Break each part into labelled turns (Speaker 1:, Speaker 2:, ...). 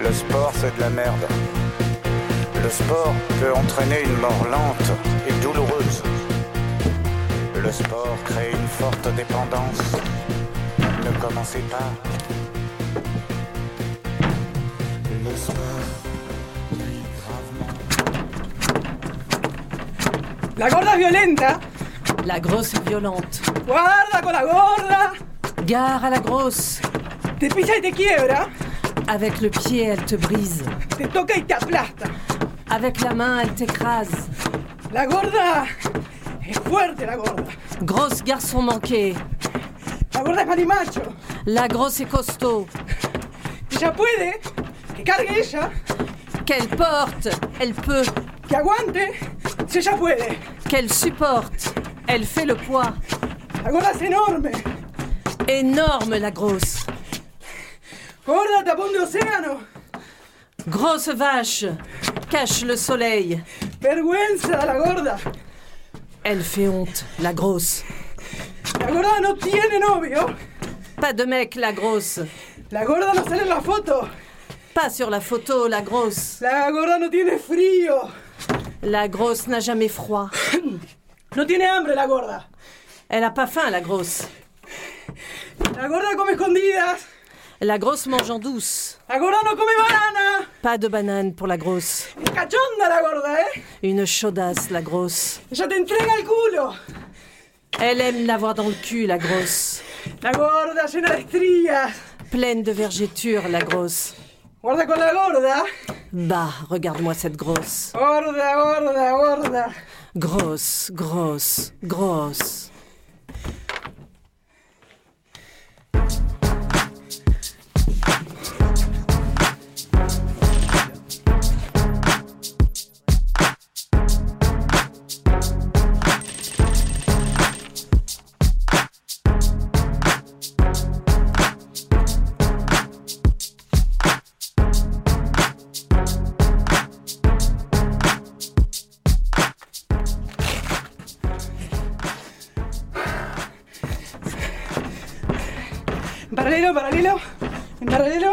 Speaker 1: Le sport, c'est de la merde. Le sport peut entraîner une mort lente et douloureuse. Le sport crée une forte dépendance. Ne commencez pas. Le sport.
Speaker 2: La gorda violenta.
Speaker 3: La grosse violente.
Speaker 2: Guarda con la gorda.
Speaker 3: Gare à la grosse.
Speaker 2: Te pisa y te quiebra.
Speaker 3: Avec le pied, elle te brise.
Speaker 2: Te toca y te aplasta.
Speaker 3: Avec la main, elle t'écrase.
Speaker 2: La gorda. Es fuerte la gorda.
Speaker 3: Grosse garçon manqué.
Speaker 2: La gorda es marimacho.
Speaker 3: La grosse est costaud.
Speaker 2: Ella puede. Que cargue ella.
Speaker 3: Qu'elle porte, elle peut.
Speaker 2: Que aguante. Si ella puede.
Speaker 3: Qu'elle supporte, elle fait le poids.
Speaker 2: La gorda es enorme.
Speaker 3: Énorme la grosse.
Speaker 2: Gorda tapón de océano.
Speaker 3: Grosse vache. Cache le soleil.
Speaker 2: Vergüenza la gorda.
Speaker 3: Elle fait honte, la grosse.
Speaker 2: La gorda no tiene novio.
Speaker 3: Pas de mec, la grosse.
Speaker 2: La gorda no sale en la foto.
Speaker 3: Pas sur la photo, la grosse.
Speaker 2: La gorda no tiene frío.
Speaker 3: La grosse n'a jamais froid.
Speaker 2: No tiene hambre la gorda.
Speaker 3: Elle a pas faim, la grosse.
Speaker 2: La gorda come escondidas.
Speaker 3: La grosse mange en douce.
Speaker 2: La gorda no come banana.
Speaker 3: Pas de banane pour la grosse.
Speaker 2: Es cachonda la gorda, ¿eh?
Speaker 3: Une chaudasse, la grosse.
Speaker 2: Ella te entrega el culo.
Speaker 3: Elle aime l'avoir dans le cul, la grosse.
Speaker 2: La gorda llena de estrías.
Speaker 3: Pleine de vergetures, la grosse.
Speaker 2: Guarda con la gorda.
Speaker 3: Bah, regarde-moi cette grosse.
Speaker 2: Gorda, gorda, gorda.
Speaker 3: Grosse, grosse, grosse.
Speaker 2: En paralelo, en paralelo. En paralelo.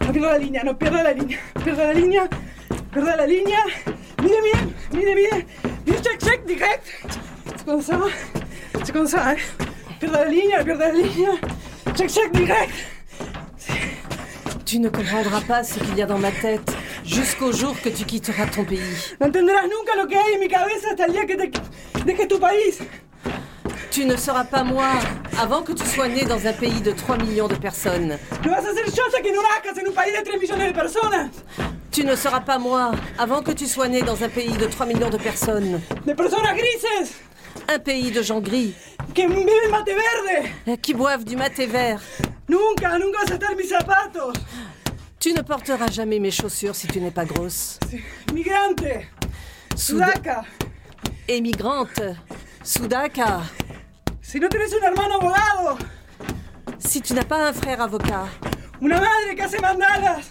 Speaker 2: No pierda la línea, no pierda la línea. Pierda la línea. Pierda la línea. Mire bien, mire bien. Mire, check, check, direct. C'est comme ça. C'est comme ça, hein. Pierda ¿eh? la línea, pierda la línea. Check, check, direct.
Speaker 3: Tu ne comprendras pas ce qu'il y a dans ma tête jusqu'au jour que tu quitteras ton pays.
Speaker 2: No entenderás nunca lo que hay en mi cabeza hasta el día que te dejes tu país.
Speaker 3: Tu ne seras pas moi avant que tu sois né dans un pays de 3 millions de personnes.
Speaker 2: No vas a ser yo hasta que no nazcas en un país de 3 millones de personas.
Speaker 3: Tu ne seras pas moi avant que tu sois né dans un pays de 3 millions de personnes.
Speaker 2: De personas grises
Speaker 3: Un pays de gens gris
Speaker 2: que viven mate verde.
Speaker 3: euh, qui boivent du maté vert.
Speaker 2: Nunca, nunca vas a estar mis zapatos.
Speaker 3: Tu ne porteras jamais mes chaussures si tu n'es pas grosse.
Speaker 2: Migrante,
Speaker 3: Souda
Speaker 2: sudaca.
Speaker 3: émigrante, soudaka.
Speaker 2: Si no tenés un hermano abogado,
Speaker 3: Si tu n'as pas un frère avocat,
Speaker 2: una madre que hace mandalas,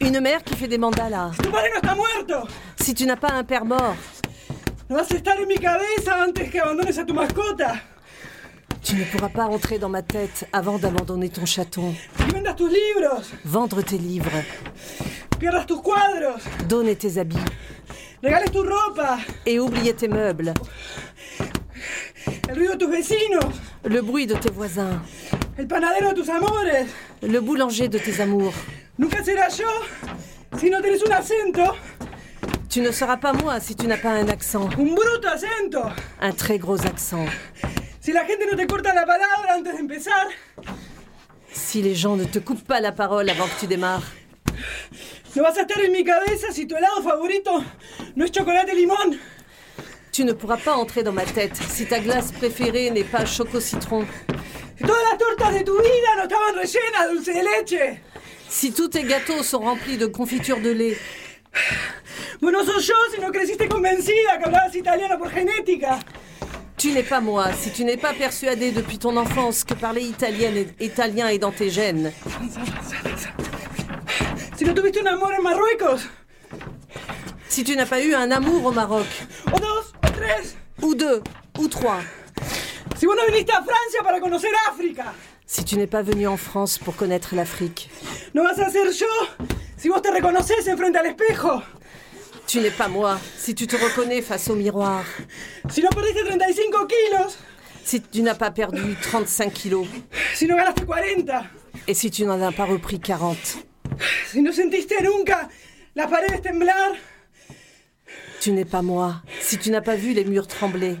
Speaker 3: une mère qui fait des mandalas,
Speaker 2: tu padre no está muerto,
Speaker 3: si tu n'as pas un père mort,
Speaker 2: no vas a estar en mi cabeza antes que abandones a tu mascota,
Speaker 3: tu ne pourras pas entrer dans ma tête avant d'abandonner ton chaton,
Speaker 2: que vendas tus libros,
Speaker 3: vendre tes livres,
Speaker 2: pierdas tus cuadros,
Speaker 3: donner tes habits
Speaker 2: regales tu ropa,
Speaker 3: et oublier tes meubles,
Speaker 2: el ruido de tus vecinos,
Speaker 3: le bruit de tes voisins,
Speaker 2: el panadero de tus amores.
Speaker 3: le boulanger de tes amours.
Speaker 2: Nunca serás yo si no tenés un acento,
Speaker 3: Tu ne seras pas moi si tu n'as pas un accent,
Speaker 2: un bruto acento.
Speaker 3: un très gros accent.
Speaker 2: Si la gente no te corta la palabra antes de empezar,
Speaker 3: Si les gens ne te coupent pas la parole avant que tu démarres,
Speaker 2: no vas a estar en mi cabeza si tu helado favorito no es chocolate limón.
Speaker 3: tu ne pourras pas entrer dans ma tête si ta glace préférée n'est pas choco citron.
Speaker 2: Si todas las tortas de tu vida no estaban rellenas de dulce de leche.
Speaker 3: Si tous tes gâteaux sont remplis de confiture de lait,
Speaker 2: Vos no sos yo si no creciste convencida que hablabas italiano por genética.
Speaker 3: tu n'es pas moi si tu n'es pas persuadé depuis ton enfance que parler italienne est- italien est dans tes gènes.
Speaker 2: Si no tuviste un amor en Marruecos.
Speaker 3: Si tu n'as pas eu un amour au Maroc,
Speaker 2: o dos, o tres.
Speaker 3: ou deux, ou trois,
Speaker 2: Si vos no viniste a Francia para conocer África,
Speaker 3: si tu n'es pas venu en France pour connaître l'Afrique,
Speaker 2: no vas a ser yo si vos te reconoces enfrente al espejo.
Speaker 3: tu n'es pas moi si tu te reconnais face au miroir,
Speaker 2: Si no perdiste 35 kilos,
Speaker 3: si tu n'as pas perdu 35 kilos
Speaker 2: si no ganaste 40,
Speaker 3: et si tu n'en as pas repris 40,
Speaker 2: si no sentiste nunca las paredes temblar,
Speaker 3: tu n'es pas moi si tu n'as pas vu les murs trembler,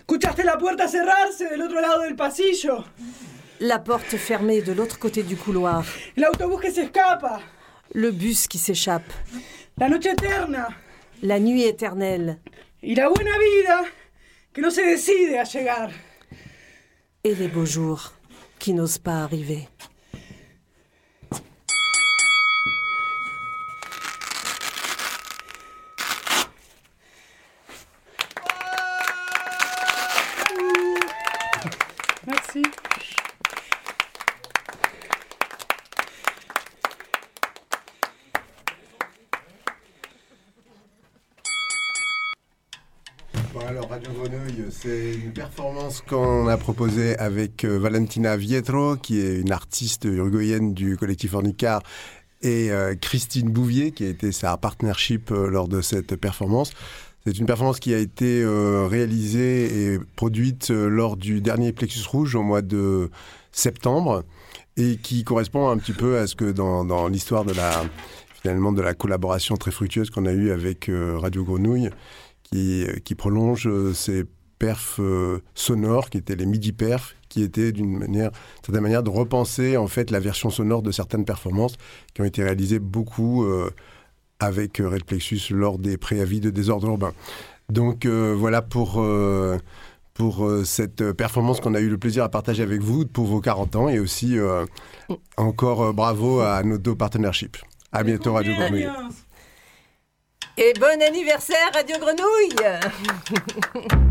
Speaker 2: escuchaste la puerta cerrarse del otro lado del pasillo,
Speaker 3: la porte fermée de l'autre côté du couloir,
Speaker 2: el autobús que se escapa,
Speaker 3: le bus qui s'échappe,
Speaker 2: la noche eterna
Speaker 3: la nuit éternelle
Speaker 2: y la buena vida que no se decide a llegar.
Speaker 3: et les beaux jours qui n'osent pas arriver.
Speaker 2: Merci.
Speaker 4: Bon, alors, Radio Grenouille, c'est une performance qu'on a proposée avec euh, Valentina Vietro, qui est une artiste uruguayenne du collectif Ornicar, et euh, Christine Bouvier, qui a été sa partnership euh, lors de cette performance. C'est une performance qui a été euh, réalisée et produite euh, lors du dernier Plexus Rouge au mois de septembre, et qui correspond un petit peu à ce que dans, dans l'histoire de la finalement de la collaboration très fructueuse qu'on a eue avec euh, Radio Grenouille, qui, euh, qui prolonge euh, ces perfs euh, sonores qui étaient les midi perfs qui étaient d'une manière d'une certaine manière de repenser en fait la version sonore de certaines performances qui ont été réalisées beaucoup euh, avec euh, Red Plexus lors des préavis de désordre urbain. Donc euh, voilà pour euh, pour euh, cette performance qu'on a eu le plaisir à partager avec vous pour vos 40 ans et aussi euh, encore euh, bravo à nos deux partnerships. À bientôt Radio Grenouille.
Speaker 2: Cumpleaños.
Speaker 3: Et bon anniversaire Radio Grenouille